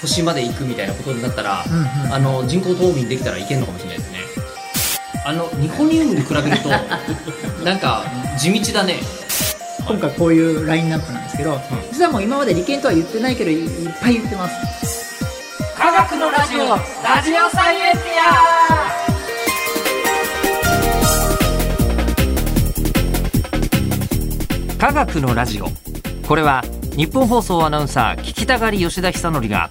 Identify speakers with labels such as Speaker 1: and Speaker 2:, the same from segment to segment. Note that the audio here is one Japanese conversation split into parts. Speaker 1: 星まで行くみたいなことになったら、
Speaker 2: うんうん
Speaker 1: あの人工冬眠できたらいけるのかもしれないですねあのニコニウムに比べる となんか地道だね
Speaker 2: 今回こういうラインナップなんですけど、実はもう今まで利権とは言ってないけどいいっぱい言ってます
Speaker 1: 科学のラジオラジオサイエンティ
Speaker 3: 科学のラジオこれは日本放送アナウンサー聞きたがり吉田久典が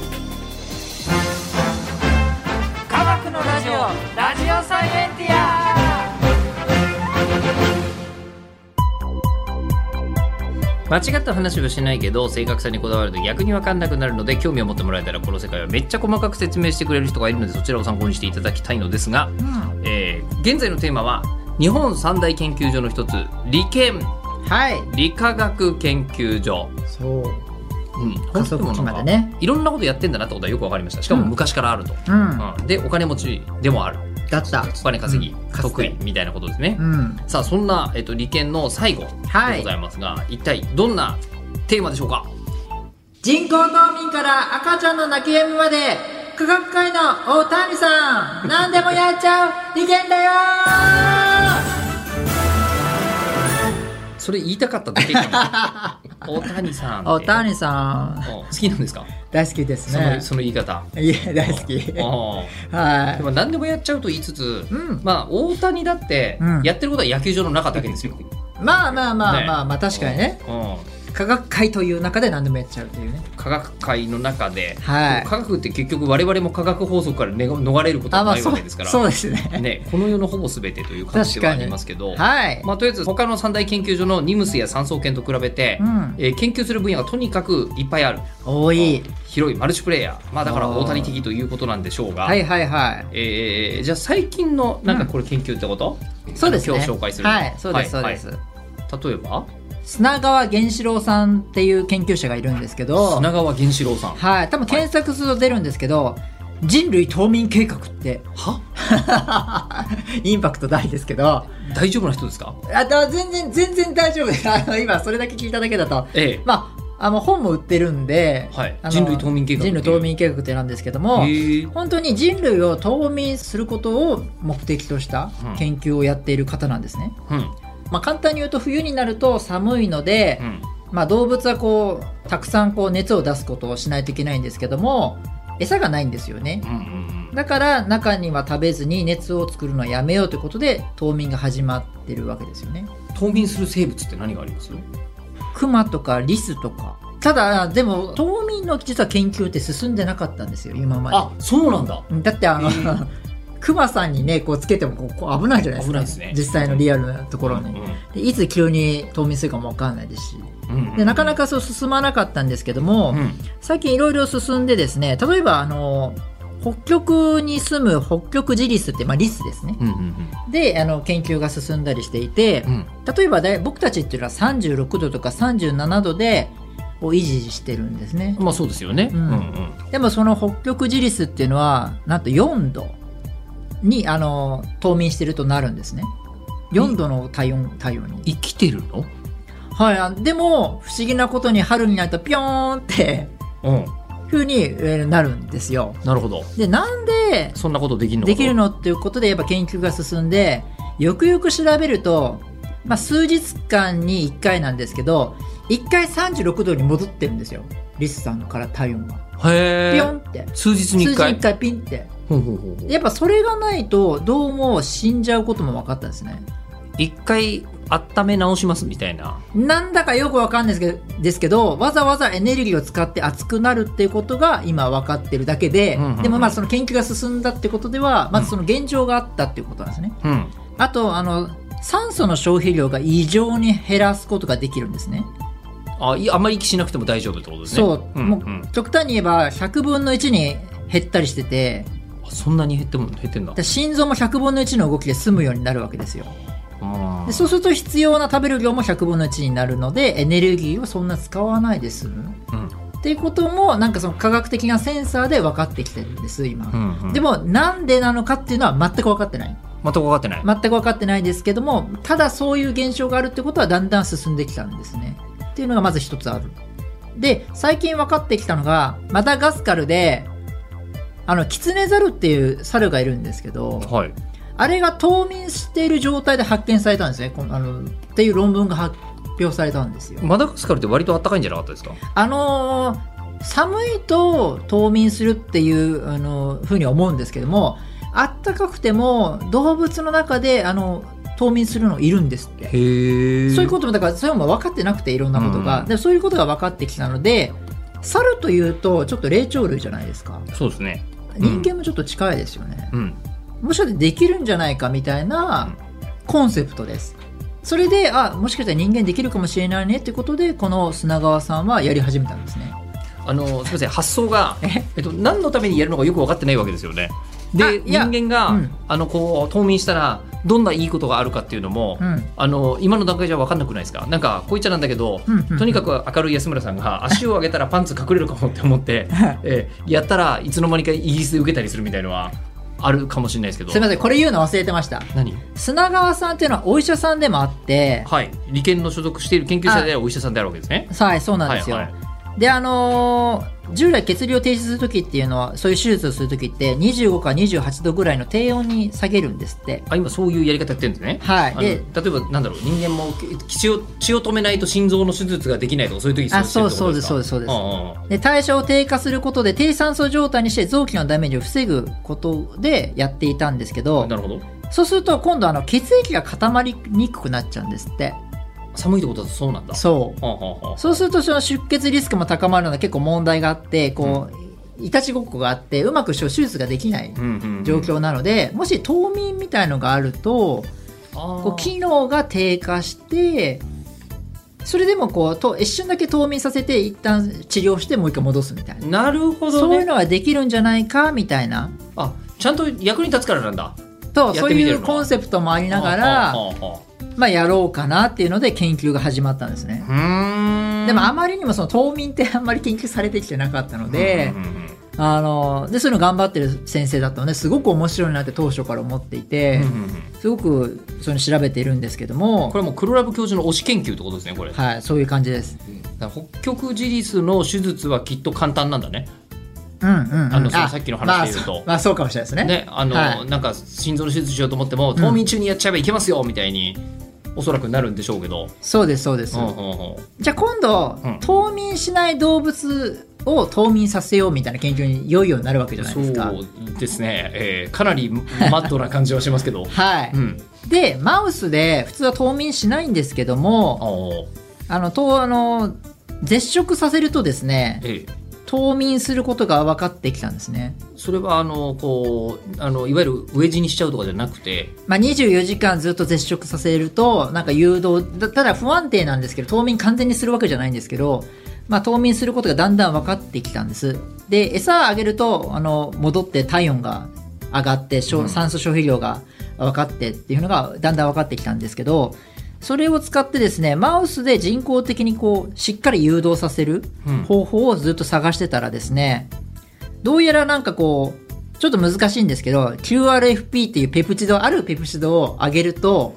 Speaker 3: 科学のラジオラジオサイエンティア間違った話はしないけど正確さにこだわると逆に分かんなくなるので興味を持ってもらえたらこの世界はめっちゃ細かく説明してくれる人がいるのでそちらを参考にしていただきたいのですが、えー現在のテーマは日本三大研究所の一つ理研
Speaker 2: はい
Speaker 3: 理化学研究所、
Speaker 2: そう
Speaker 3: うん、
Speaker 2: 加速器までね
Speaker 3: いろんなことやってんだなってことはよく分かりましたしかも
Speaker 2: うん
Speaker 3: 昔からあると、
Speaker 2: うん
Speaker 3: うんでお金持ちでもある
Speaker 2: だった
Speaker 3: お金稼ぎ、
Speaker 2: うんかつて
Speaker 3: 得意みたいなことですね、
Speaker 2: うん
Speaker 3: さあそんな、えっと、理研の最後で
Speaker 2: はい
Speaker 3: ございますが、一体どんなテーマでしょうか
Speaker 2: 人工冬眠から赤ちゃんの泣き止みまで科学界の大谷さん何でもやっちゃう利権だよ
Speaker 3: それ言いたかっただけか も大谷さんって
Speaker 2: 大谷さん
Speaker 3: うん好きなんですか
Speaker 2: 大好きです
Speaker 3: その,、
Speaker 2: ね
Speaker 3: その言い方
Speaker 2: いや大好き
Speaker 3: あ
Speaker 2: は
Speaker 3: あ
Speaker 2: い
Speaker 3: でも何でもやっちゃうと言いつつ、
Speaker 2: うん
Speaker 3: まあ大谷だって
Speaker 2: うん
Speaker 3: やってることは野球場の中だけですよ、
Speaker 2: まあまあまあ
Speaker 3: ね
Speaker 2: まあまあ確かにね
Speaker 3: う
Speaker 2: 科学界という中で何でもやっちゃうというね
Speaker 3: ん科学界の中で、
Speaker 2: はい
Speaker 3: 科学って結局我々も科学法則からね逃れることはない
Speaker 2: そ
Speaker 3: わ
Speaker 2: う
Speaker 3: けですから、
Speaker 2: そうですね
Speaker 3: ね、この世のほぼ全てという感じではありますけど、
Speaker 2: はい、
Speaker 3: まあ、とりあえず他の三大研究所のニムスや産総研と比べて、
Speaker 2: うん
Speaker 3: えー研究する分野がとにかくいっぱいある
Speaker 2: 多い
Speaker 3: 広いマルチプレイヤー、まあ、だから
Speaker 2: あー
Speaker 3: 大谷的ということなんでしょうが、
Speaker 2: はいはいはい
Speaker 3: えーじゃあ最近のなんかこれ研究ってこと、
Speaker 2: そうですね
Speaker 3: 今日紹介する
Speaker 2: はいそうですそうです、
Speaker 3: はいはい例えば
Speaker 2: 砂川源四郎さんっていう研究者がいるんですけど
Speaker 3: 砂川源四郎さん
Speaker 2: はい、多分検索すると出るんですけど、人類冬眠計画って、
Speaker 3: は
Speaker 2: インパクト大ですけど、
Speaker 3: 大丈夫な人ですか
Speaker 2: あと全然、全然大丈夫です。 あの、今、それだけ聞いただけだと。
Speaker 3: ええ
Speaker 2: まあ、あの、本も売ってるんで、
Speaker 3: はい
Speaker 2: あの
Speaker 3: 人類冬眠計画ってい
Speaker 2: 人
Speaker 3: う
Speaker 2: 類冬眠計画ってなんですけども、
Speaker 3: へえ
Speaker 2: 本当に人類を冬眠することを目的とした
Speaker 3: うん
Speaker 2: 研究をやっている方なんですね。
Speaker 3: うん
Speaker 2: まあ、簡単に言うと、冬になると寒いので、
Speaker 3: うん
Speaker 2: まあ、動物はこうたくさんこう熱を出すことをしないといけないんですけども餌がないんですよね
Speaker 3: うんうん
Speaker 2: だから中には食べずに熱を作るのはやめようということで冬眠が始まってるわけですよね
Speaker 3: 冬眠する生物って何があります
Speaker 2: クマとかリスとかただでも冬眠の実は研究って進んでなかったんですよ今ま
Speaker 3: あそうなんだ
Speaker 2: でだってあの、
Speaker 3: へ ー
Speaker 2: クマさんにねこうつけてもこうこう危ないじゃないですか
Speaker 3: 危ないですね
Speaker 2: 実際のリアルなところ
Speaker 3: う
Speaker 2: に、
Speaker 3: ん
Speaker 2: でいつ急に冬眠するかもわかんないですし
Speaker 3: うん
Speaker 2: でなかなかそう進まなかったんですけども、
Speaker 3: うん
Speaker 2: 最近いろいろ進んでですね例えばあの北極に住む北極ジリスって、まあ、リスですね
Speaker 3: うんうん
Speaker 2: であの研究が進んだりしていて
Speaker 3: うん
Speaker 2: 例えばだい僕たちっていうのは36度とか37度でを維持してるんですね
Speaker 3: うんまあそうですよね
Speaker 2: う
Speaker 3: うんんうん
Speaker 2: でもその北極ジリスっていうのはなんと4度にあの冬眠してるとなるんですね4度の体温体温に
Speaker 3: 生きてるの
Speaker 2: はいあでも不思議なことに春になるとピョーンって
Speaker 3: うん
Speaker 2: 風にえーなるんですよ
Speaker 3: なるほど
Speaker 2: でなんで
Speaker 3: そんなことできるのか
Speaker 2: できるのっていうことでやっぱ研究が進んでよくよく調べると、まあ、数日間に1回なんですけど1回36度に戻ってるんですよリスさんのから体温が
Speaker 3: へえ
Speaker 2: ピヨンって
Speaker 3: 数日
Speaker 2: 数
Speaker 3: に
Speaker 2: 字
Speaker 3: 一回
Speaker 2: 1回ピンって
Speaker 3: ほうほうほうほう
Speaker 2: やっぱそれがないとどうも死んじゃうことも分かったんですね
Speaker 3: 一回温め直しますみたいな
Speaker 2: なんだかよくわかんないですけどですけどわざわざエネルギーを使って熱くなるっていうことが今分かってるだけで、
Speaker 3: うんうんうん
Speaker 2: でもまあその研究が進んだってことではまずその現状があったっていうことなんですね、
Speaker 3: うん
Speaker 2: あとあの酸素の消費量が異常に減らすことができるんですね。
Speaker 3: あいあんまり息しなくても大丈夫ってことですね
Speaker 2: そう、
Speaker 3: ん
Speaker 2: も
Speaker 3: うん
Speaker 2: う極端に言えば100分の1に減ったりしてて、
Speaker 3: あそんなに減っても減ってんだ
Speaker 2: で心臓も100分の1の動きで済むようになるわけですよ。
Speaker 3: あ
Speaker 2: でそうすると必要な食べる量も100分の1になるのでエネルギーはそんな使わないですむ。
Speaker 3: うん
Speaker 2: っていうこともなんかその科学的なセンサーで分かってきてるんです今、で
Speaker 3: も
Speaker 2: もなんでなのかっていうのは全く分かってない
Speaker 3: 全く分かってない、
Speaker 2: 全く分かってないですけどもただそういう現象があるってことはだんだん進んできたんですねっていうのがまず一つあるで最近分かってきたのがマダガスカルであのキツネザルっていう猿がいるんですけど
Speaker 3: はい
Speaker 2: あれが冬眠している状態で発見されたんですねこのあのっていう論文が発表されたんですよ
Speaker 3: マダガスカルって割と暖かいんじゃなかったですか
Speaker 2: あのー寒いと冬眠するっていう、あのーふうには思うんですけどもあったかくても動物の中で、あの冬眠するのいるんですって
Speaker 3: へ
Speaker 2: そういうこともだからそれも分かってなくていろんなことが、
Speaker 3: うん
Speaker 2: でもそういうことが分かってきたので猿というとちょっと霊長類じゃないですか
Speaker 3: とそうですね
Speaker 2: 人間もちょっと近いですよね、
Speaker 3: うん
Speaker 2: もしかしてできるんじゃないかみたいなコンセプトですそれであもしかしたら人間できるかもしれないねってことでこの砂川さんはやり始めたんですね
Speaker 3: あのすみません発想がえっと何のためにやるのかよく分かってないわけですよね
Speaker 2: あ
Speaker 3: で
Speaker 2: いや
Speaker 3: 人間が、
Speaker 2: うん
Speaker 3: あのこう冬眠したらどんないいことがあるかっていうのも、
Speaker 2: うん
Speaker 3: あの今の段階じゃ分かんなくないですかなんかこう言っちゃなんだけど、
Speaker 2: うんうんうん
Speaker 3: とにかく明るい安村さんが足を上げたらパンツ隠れるかもって思って、えーやったらいつの間にかイギリスで受けたりするみたいのはあるかもしれないですけど
Speaker 2: すみませんこれ言うの忘れてました
Speaker 3: 何
Speaker 2: 砂川さんっていうのはお医者さんでもあって
Speaker 3: はい理研の所属している研究者であるお医者さんであるわけですね。
Speaker 2: はいそうなんですよ、
Speaker 3: はいはい
Speaker 2: であのー従来血流を停止する時っていうのはそういう手術をする時って25から28度ぐらいの低温に下げるんですって
Speaker 3: あ今そういうやり方やってるんですね。
Speaker 2: はい
Speaker 3: あの
Speaker 2: で
Speaker 3: 例えばなんだろう人間も血を血を止めないと心臓の手術ができないとかそういう時に
Speaker 2: あ
Speaker 3: してるってことか
Speaker 2: そうですそうですそうです
Speaker 3: ああ
Speaker 2: で代謝を低下することで低酸素状態にして臓器のダメージを防ぐことでやっていたんですけ
Speaker 3: ああ
Speaker 2: ど
Speaker 3: なるほど
Speaker 2: そうすると今度あの血液が固まりにくくなっちゃうんですって
Speaker 3: 寒いってことだとそうなんだ。
Speaker 2: そう
Speaker 3: はあはあはあ
Speaker 2: そうするとその出血リスクも高まるので結構問題があってこう、いたちごっこがあってうまく手術ができない
Speaker 3: うんうんうん
Speaker 2: 状況なので、もし冬眠みたいのがあると
Speaker 3: ああ
Speaker 2: こう機能が低下してそれでもこうと一瞬だけ冬眠させて一旦治療してもう一回戻すみたいな、
Speaker 3: なるほど
Speaker 2: そういう
Speaker 3: ね
Speaker 2: のができるんじゃないかみたいな
Speaker 3: あちゃんと役に立つからなんだ
Speaker 2: と
Speaker 3: やっ
Speaker 2: そう
Speaker 3: てみて
Speaker 2: い
Speaker 3: る
Speaker 2: う
Speaker 3: の
Speaker 2: コンセプトもありなが
Speaker 3: は
Speaker 2: ら
Speaker 3: あはあは
Speaker 2: まあやろうかなっていうので研究が始まったんですね。
Speaker 3: あうーん
Speaker 2: でもあまりにもその冬眠ってあんまり研究されてきてなかったので、
Speaker 3: うんうんうんうん
Speaker 2: あのでそういうの頑張ってる先生だったのですごく面白いなって当初から思ってい
Speaker 3: う
Speaker 2: て、
Speaker 3: んうんうん
Speaker 2: すごくそういうの調べているんですけども
Speaker 3: これもう黒ラブ教授の推し研究ってことですねこれ、
Speaker 2: はいそういう感じです
Speaker 3: だから北極ジリスの手術はきっと簡単なんだね
Speaker 2: うんうん、うん、
Speaker 3: あのそのさっきの話で言うと
Speaker 2: まあそまあそうかもしれないですね
Speaker 3: ねあの、
Speaker 2: はい
Speaker 3: なんか心臓の手術しようと思っても冬眠中にやっちゃえばいけますよみたいに、おそらくなるんでしょうけど、
Speaker 2: そうですそうです、
Speaker 3: うんうんうん
Speaker 2: じゃあ今度、
Speaker 3: うん
Speaker 2: 冬眠しない動物を冬眠させようみたいな研究にいよいよなるわけじゃないですか
Speaker 3: そうですね、えーかなりマットな感じ はしますけど
Speaker 2: はい、
Speaker 3: うん
Speaker 2: でマウスで普通は冬眠しないんですけど
Speaker 3: あ
Speaker 2: も
Speaker 3: ー
Speaker 2: あのとあの絶食させるとですね
Speaker 3: ええ
Speaker 2: 冬眠することが分かってきたんですね
Speaker 3: それはあのこうあのいわゆる飢え死にしちゃうとかじゃなくて
Speaker 2: まあ、24時間ずっと絶食させるとなんか誘導だただ不安定なんですけど冬眠完全にするわけじゃないんですけど、まあ、冬眠することがだんだん分かってきたんですで餌をあげるとあの戻って体温が上がって消
Speaker 3: うん
Speaker 2: 酸素消費量が分かってっていうのがだんだん分かってきたんですけどそれを使ってですねマウスで人工的にこうしっかり誘導させる
Speaker 3: うん
Speaker 2: 方法をずっと探してたらですねどうやらなんかこうちょっと難しいんですけど QRFP っていうペプチドあるペプチドを上げると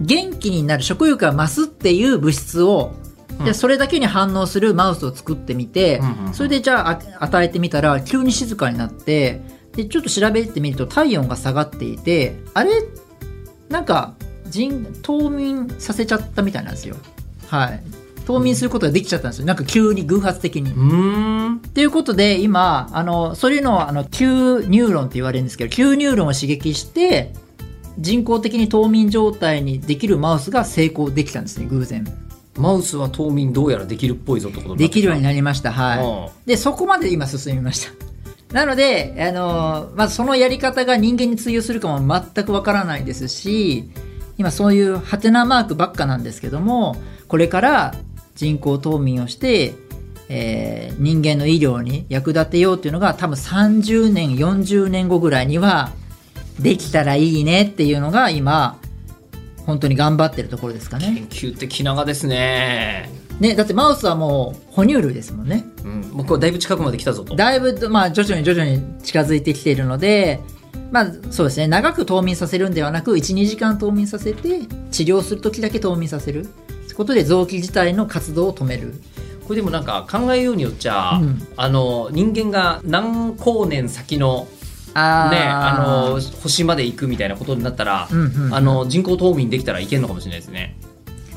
Speaker 2: 元気になる食欲が増すっていう物質を、
Speaker 3: うん
Speaker 2: でそれだけに反応するマウスを作ってみて、
Speaker 3: うんうんうん
Speaker 2: それでじゃああ与えてみたら急に静かになってでちょっと調べてみると体温が下がっていてあれなんか人冬眠させちゃったみたいなんですよはい冬眠することができちゃったんですよなんか急に偶発的に、
Speaker 3: うーん
Speaker 2: ということで今あのそういうのをあの Q ニューロンって言われるんですけど Q ニューロンを刺激して人工的に冬眠状態にできるマウスが成功できたんですね偶然
Speaker 3: マウスは冬眠どうやらできるっぽいぞってことにな
Speaker 2: で
Speaker 3: って
Speaker 2: き
Speaker 3: き
Speaker 2: る
Speaker 3: た
Speaker 2: ようになりましたは
Speaker 3: うん
Speaker 2: いでそこまで今進みました なので、あのまあ、そのやり方が人間に通用するかも全くわからないですし今そういうハテナマークばっかなんですけどもこれから人工冬眠をして、えー人間の医療に役立てようというのが多分30年40年後ぐらいにはできたらいいねっていうのが今本当に頑張ってるところですかね
Speaker 3: 研究的長ですね
Speaker 2: ねだってマウスはもう哺乳類ですもんね
Speaker 3: ううん、もうこれだいぶ近くまで来たぞと。
Speaker 2: だいぶ、まあ、徐々に徐々に近づいてきているので、まあ、そうですね長く冬眠させるんではなく12時間冬眠させて治療する時だけ冬眠させるってことで臓器自体の活動を止める
Speaker 3: これでもなんか考えようによっちゃ、
Speaker 2: うん
Speaker 3: あの人間が何光年先の
Speaker 2: あー
Speaker 3: ねあの星まで行くみたいなことになったら、
Speaker 2: うんうんうん
Speaker 3: あの人工冬眠できたらいけるのかもしれないですね。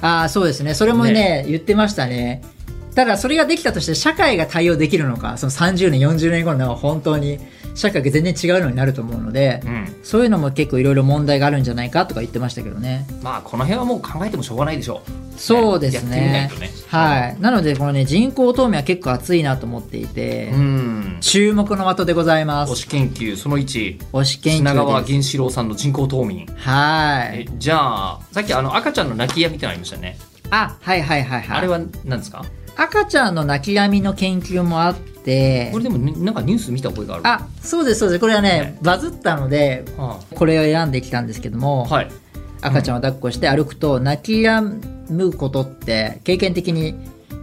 Speaker 2: あーそうですねそれもね言ってましたねただそれができたとして社会が対応できるのかその30年40年後の本当に社会が全然違うのになると思うので、
Speaker 3: うん、
Speaker 2: そういうのも結構いろいろ問題があるんじゃないかとか言ってましたけどね
Speaker 3: まあこの辺はもう考えてもしょうがないでしょう。
Speaker 2: そうです
Speaker 3: やっ
Speaker 2: ね
Speaker 3: てみないとね。
Speaker 2: はいなのでこのね人工透明は結構熱いなと思っていて、
Speaker 3: うん。
Speaker 2: 注目の的でございま
Speaker 3: 推
Speaker 2: す
Speaker 3: し研究その1
Speaker 2: 推し研
Speaker 3: 品川
Speaker 2: 究です
Speaker 3: 源四郎さんの人工冬眠。
Speaker 2: は
Speaker 3: え
Speaker 2: い
Speaker 3: じゃあさっきあの赤ちゃんの泣きやみたいなのありましたね。
Speaker 2: あはいはいはいはい
Speaker 3: あれは何ですか？
Speaker 2: 赤ちゃんの泣きやみの研究もあって
Speaker 3: これでもねなんかニュース見た覚えがある。
Speaker 2: あそうですそうですこれはね
Speaker 3: ね
Speaker 2: バズったので
Speaker 3: あ
Speaker 2: これを選んできたんですけども、
Speaker 3: はい。
Speaker 2: 赤ちゃんを抱っこして歩くと泣きやむことって経験的に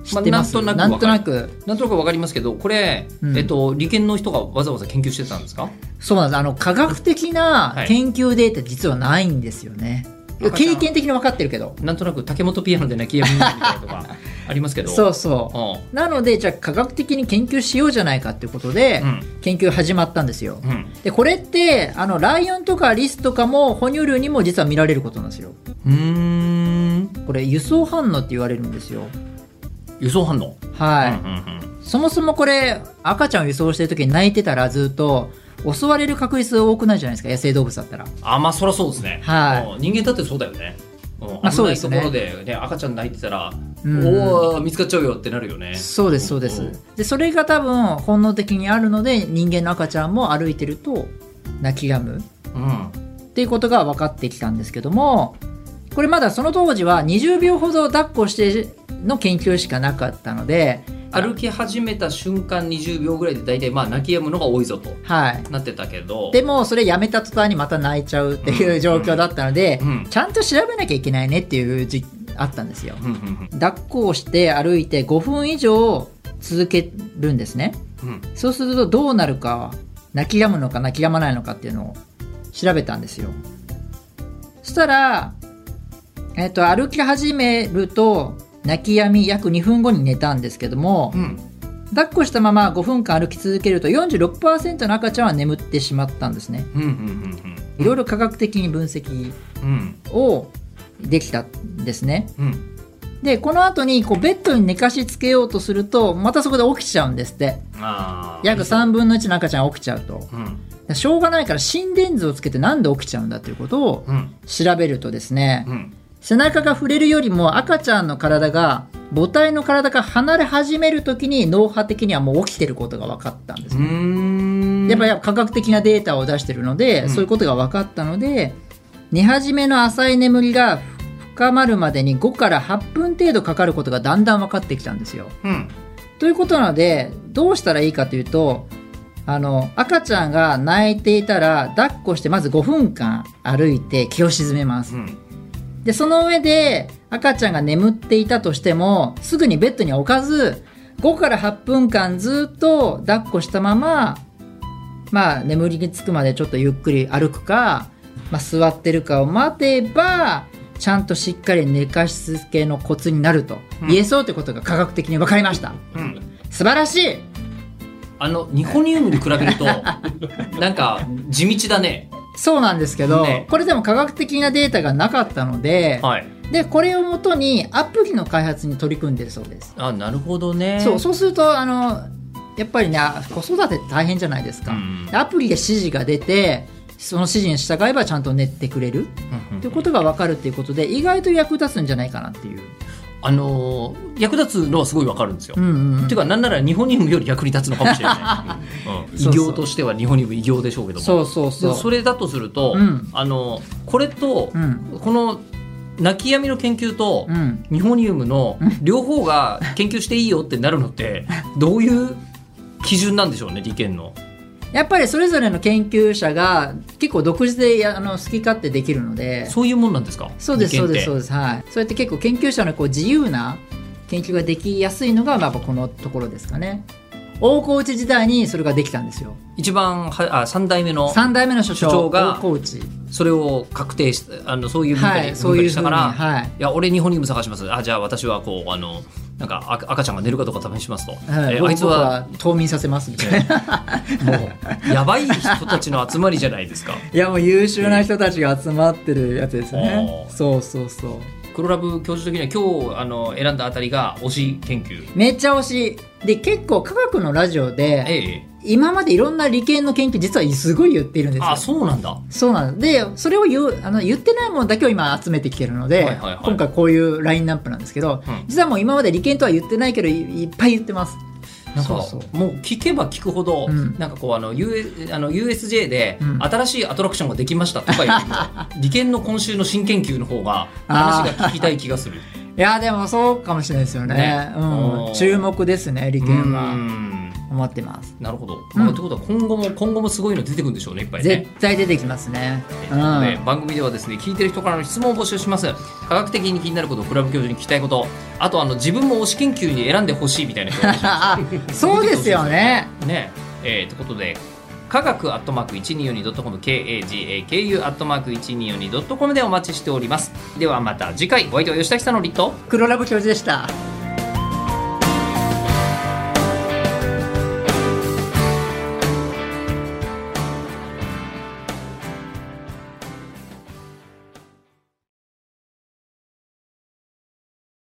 Speaker 2: 知ってます、
Speaker 3: まあなんとなく
Speaker 2: なんとなく
Speaker 3: なんとなくわかりますけど、これ、
Speaker 2: うん
Speaker 3: えっと、利権の人がわざわざ研究してたんですか
Speaker 2: そうなんですあの科学的な
Speaker 3: はい
Speaker 2: 研究データ実はないんですよね、
Speaker 3: 赤ちゃ
Speaker 2: 経
Speaker 3: ん
Speaker 2: 験的に分かってるけど
Speaker 3: なんとなく竹本ピアノで泣きやみみたいなのと かありますけど。
Speaker 2: そうそう
Speaker 3: う
Speaker 2: なのでじゃあ科学的に研究しようじゃないかっていうことで、
Speaker 3: ん。
Speaker 2: 研究始まったんですよ
Speaker 3: うん。うん。
Speaker 2: でこれってあのライオンとかリスとかも哺乳類にも実は見られることなんですよ
Speaker 3: うーん。
Speaker 2: これ輸送反応って言われるんですよ
Speaker 3: 輸送反応。
Speaker 2: はい、
Speaker 3: うんうん
Speaker 2: そもそもこれ赤ちゃんを輸送してる時に泣いてたらずっと襲われる確率多くないじゃないですか野生動物だったら
Speaker 3: あ、まあ、そりゃそうですね。
Speaker 2: はい
Speaker 3: うん人間だってそうだよね。うん
Speaker 2: あ
Speaker 3: 危
Speaker 2: そう
Speaker 3: な
Speaker 2: で
Speaker 3: い
Speaker 2: す
Speaker 3: とこ
Speaker 2: ね
Speaker 3: ろで、ね、赤ちゃん泣いてたら、
Speaker 2: うん
Speaker 3: おお見つかっちゃうよってなるよね。
Speaker 2: そうですそうです、
Speaker 3: うん
Speaker 2: でそれが多分本能的にあるので人間の赤ちゃんも歩いてると泣き止む
Speaker 3: うん。
Speaker 2: っていうことが分かってきたんですけどもこれまだその当時は20秒ほど抱っこしての研究しかなかったので
Speaker 3: 歩き始めた瞬間20秒ぐらいで大体まあ泣き止むのが多いぞと
Speaker 2: はい
Speaker 3: なってたけど
Speaker 2: でもそれやめた途端にまた泣いちゃうっていう状況だったので、
Speaker 3: うん
Speaker 2: ちゃんと調べなきゃいけないねっていうじあったんですよ
Speaker 3: うんうん
Speaker 2: 抱っこをして歩いて5分以上続けるんですね
Speaker 3: うんうん
Speaker 2: そうするとどうなるか泣き止むのか泣き止まないのかっていうのを調べたんですよそしたら、えっと歩き始めると泣き止み約2分後に寝たんですけども、
Speaker 3: うん
Speaker 2: 抱っこしたまま5分間歩き続けると46%の赤ちゃんは眠ってしまったんですね
Speaker 3: うんうんうんうん
Speaker 2: いろいろ科学的に分析
Speaker 3: うん
Speaker 2: をできたんですね
Speaker 3: うん
Speaker 2: でこの後にこうベッドに寝かしつけようとするとまたそこで起きちゃうんですって
Speaker 3: あー
Speaker 2: 約3分の1の赤ちゃんは起きちゃうと
Speaker 3: うん
Speaker 2: しょうがないから心電図をつけてなんで起きちゃうんだということを
Speaker 3: うん
Speaker 2: 調べるとですね
Speaker 3: うん
Speaker 2: 背中が触れるよりも赤ちゃんの体が母体の体が離れ始める時に脳波的にはもう起きてることが分かったんです
Speaker 3: う
Speaker 2: ね
Speaker 3: ーん
Speaker 2: やっぱり科学的なデータを出してるので、
Speaker 3: うん
Speaker 2: そういうことが分かったので寝始めの浅い眠りが深まるまでに5から8分程度かかることがだんだん分かってきたんですよ。
Speaker 3: うん
Speaker 2: ということなのでどうしたらいいかというとあの赤ちゃんが泣いていたら抱っこしてまず5分間歩いて気を沈めます
Speaker 3: う。ん
Speaker 2: でその上で赤ちゃんが眠っていたとしてもすぐにベッドには置かず5から8分間ずっと抱っこしたまままあ眠りにつくまでちょっとゆっくり歩くか、まあ、座ってるかを待てばちゃんとしっかり寝かしつけのコツになると
Speaker 3: うん
Speaker 2: 言えそうということが科学的に分かりました、
Speaker 3: うん
Speaker 2: 素晴らしい
Speaker 3: あのニホニウムに比べるとなんか地道だね
Speaker 2: そうなんですけど、
Speaker 3: ね
Speaker 2: これでも科学的なデータがなかったので、
Speaker 3: はい
Speaker 2: でこれをもとにアプリの開発に取り組んでるそうです
Speaker 3: あなるほどね
Speaker 2: そうそうするとあのやっぱりね子育てって大変じゃないですか、
Speaker 3: うん
Speaker 2: でアプリで指示が出てその指示に従えばちゃんと寝てくれる
Speaker 3: うんうん
Speaker 2: ってことが分かるっていうことで意外と役立つんじゃないかなっていう、
Speaker 3: あのー役立つのはすごいわかるんですよ
Speaker 2: うんうんうん
Speaker 3: ていうかなんなら日本にもより役に立つのかもしれない、うん
Speaker 2: そう
Speaker 3: 偉
Speaker 2: そう
Speaker 3: 業としては日本にも偉業でしょうけども
Speaker 2: そうそう
Speaker 3: で
Speaker 2: そ
Speaker 3: も
Speaker 2: う
Speaker 3: それだとすると、
Speaker 2: うん
Speaker 3: あのこれと
Speaker 2: う、ん
Speaker 3: この泣き闇の研究と、
Speaker 2: うん
Speaker 3: ニホニウムの両方が研究していいよってなるのってどういう基準なんでしょうね利権の。
Speaker 2: やっぱりそれぞれの研究者が結構独自でやあの好き勝手できるので
Speaker 3: そういうもんなんですか
Speaker 2: そうですそうですそう
Speaker 3: う
Speaker 2: ですはいそれって結構研究者のこう自由な研究ができやすいのが、まあ、やっぱこのところですかね大河内時代にそれができたんですよ
Speaker 3: 一番はあ三代目の
Speaker 2: 3代目の所
Speaker 3: 所
Speaker 2: 長
Speaker 3: 長が
Speaker 2: 大河内
Speaker 3: それを確定しあのそういう文化
Speaker 2: は
Speaker 3: に
Speaker 2: い
Speaker 3: 文
Speaker 2: そう
Speaker 3: 化
Speaker 2: い
Speaker 3: に
Speaker 2: う
Speaker 3: し
Speaker 2: ふ
Speaker 3: た
Speaker 2: うに、
Speaker 3: から、
Speaker 2: はい、
Speaker 3: いや俺ニホニウム探しますあじゃあ私はこうあのなんかあ赤ちゃんが寝るかどうか試しますと、
Speaker 2: はい
Speaker 3: え
Speaker 2: 僕
Speaker 3: あいつは
Speaker 2: 僕冬眠させますみたいな
Speaker 3: もうやばい人たちの集まりじゃないですか
Speaker 2: いやもう優秀な人たちが集まってるやつですね
Speaker 3: あー
Speaker 2: そうそうそう
Speaker 3: 黒ラブ教授的には今日あの選んだあたりが推し研究
Speaker 2: めっちゃ惜しいで結構科学のラジオで
Speaker 3: ええ
Speaker 2: 今までいろんな理系の研究実はすごい言っているんですよ
Speaker 3: あそうなんだ
Speaker 2: そうなんですでそれを言うあの言ってないものだけを今集めてきてるので、
Speaker 3: はいはいはい
Speaker 2: 今回こういうラインナップなんですけど、
Speaker 3: うん
Speaker 2: 実はもう今まで利権とは言ってないけどいいっぱい言ってます
Speaker 3: なんか
Speaker 2: そうそ
Speaker 3: もう聞けば聞くほど、
Speaker 2: うん
Speaker 3: なんかこうあの、U、あの USJ で
Speaker 2: うん
Speaker 3: 新しいアトラクションができましたとかいうよ りも理研の今週の新研究の方が話が聞きたい気がす る。
Speaker 2: いやでもそうかもしれないですよね
Speaker 3: ね
Speaker 2: う
Speaker 3: うん
Speaker 2: ん、注目ですね利権
Speaker 3: う
Speaker 2: は
Speaker 3: ん
Speaker 2: 思ってます
Speaker 3: なるほど。
Speaker 2: うん
Speaker 3: まあ、ということは今後も今後もすごいの出てくるんでしょうねいっぱいね
Speaker 2: 絶。対出てきますね、う
Speaker 3: ね
Speaker 2: ん、
Speaker 3: 番組ではですね聞いてる人からの質問を募集します科学的に気になることクラブ教授に聞きたいことあとあの自分も推し研究に選んでほしいみたいな人
Speaker 2: あそうですよね
Speaker 3: ねえー、ということで科学アットマーク 1242.com KAGAKU アットマーク 1242.com でお待ちしておりますではまた次回お相手は吉田久典と
Speaker 2: 黒ラブ教授でした